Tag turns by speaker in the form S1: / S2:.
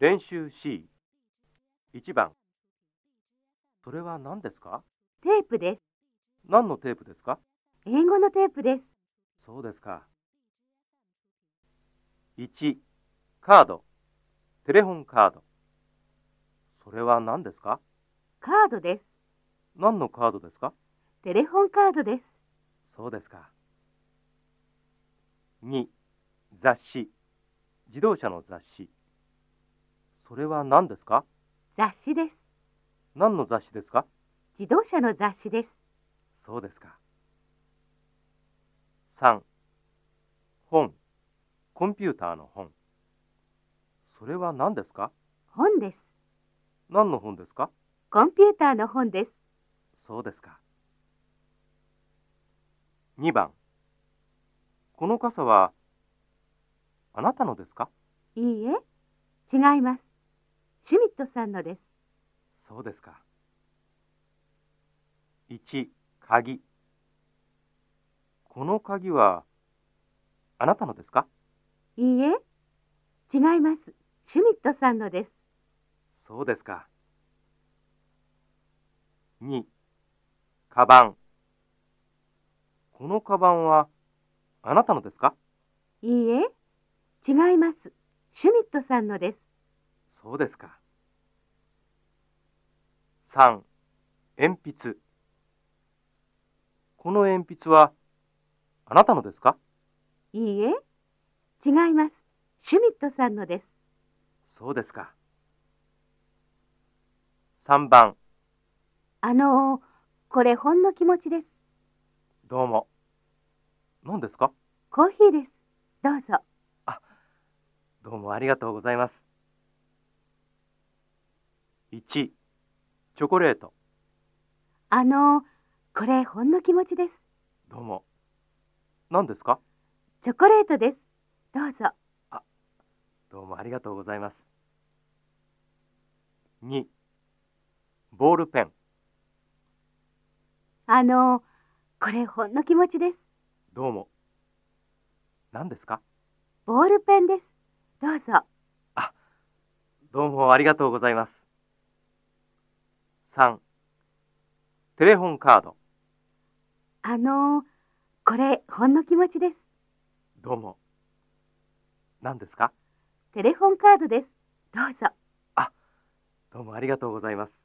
S1: 練習 C 1番それは何ですか
S2: テープです。
S1: 何のテープですか
S2: 英語のテープです。
S1: そうですか1カードテレホンカードそれは何ですか
S2: カードです。
S1: 何のカードですか
S2: テレホンカードです。
S1: そうですか2雑誌自動車の雑誌それは何ですか
S2: 雑誌です。
S1: 何の雑誌ですか
S2: 自動車の雑誌です。
S1: そうですか。三、本、コンピューターの本。それは何ですか
S2: 本です。
S1: 何の本ですか
S2: コンピューターの本です。
S1: そうですか。二番、この傘は、あなたのですか
S2: いいえ、違います。シュミットさんのです。
S1: そうですか。一、鍵。この鍵は、あなたのですか
S2: いいえ、違います。シュミットさんのです。
S1: そうですか。2、カバン。このカバンは、あなたのですか
S2: いいえ、違います。シュミットさんのです。
S1: そうですか。3、鉛筆。この鉛筆は、あなたのですか
S2: いいえ、違います。シュミットさんのです。
S1: そうですか。3番、
S2: あのー、これほんの気持ちです。
S1: どうも。何ですか
S2: コーヒーです。どうぞ。
S1: どうもありがとうございます。1、チョコレート。
S2: あのー、これほんの気持ちです。
S1: どうも。何ですか
S2: チョコレートです。どうぞ。
S1: どうもありがとうございます。2、ボールペン。
S2: あのー、これほんの気持ちです。
S1: どうも。何ですか
S2: ボールペンです。どうぞ。
S1: どうもありがとうございます。3、テレホンカード。
S2: あのー、これほんの気持ちです。
S1: どうも。何ですか
S2: テレホンカードです。どうぞ。
S1: どうもありがとうございます。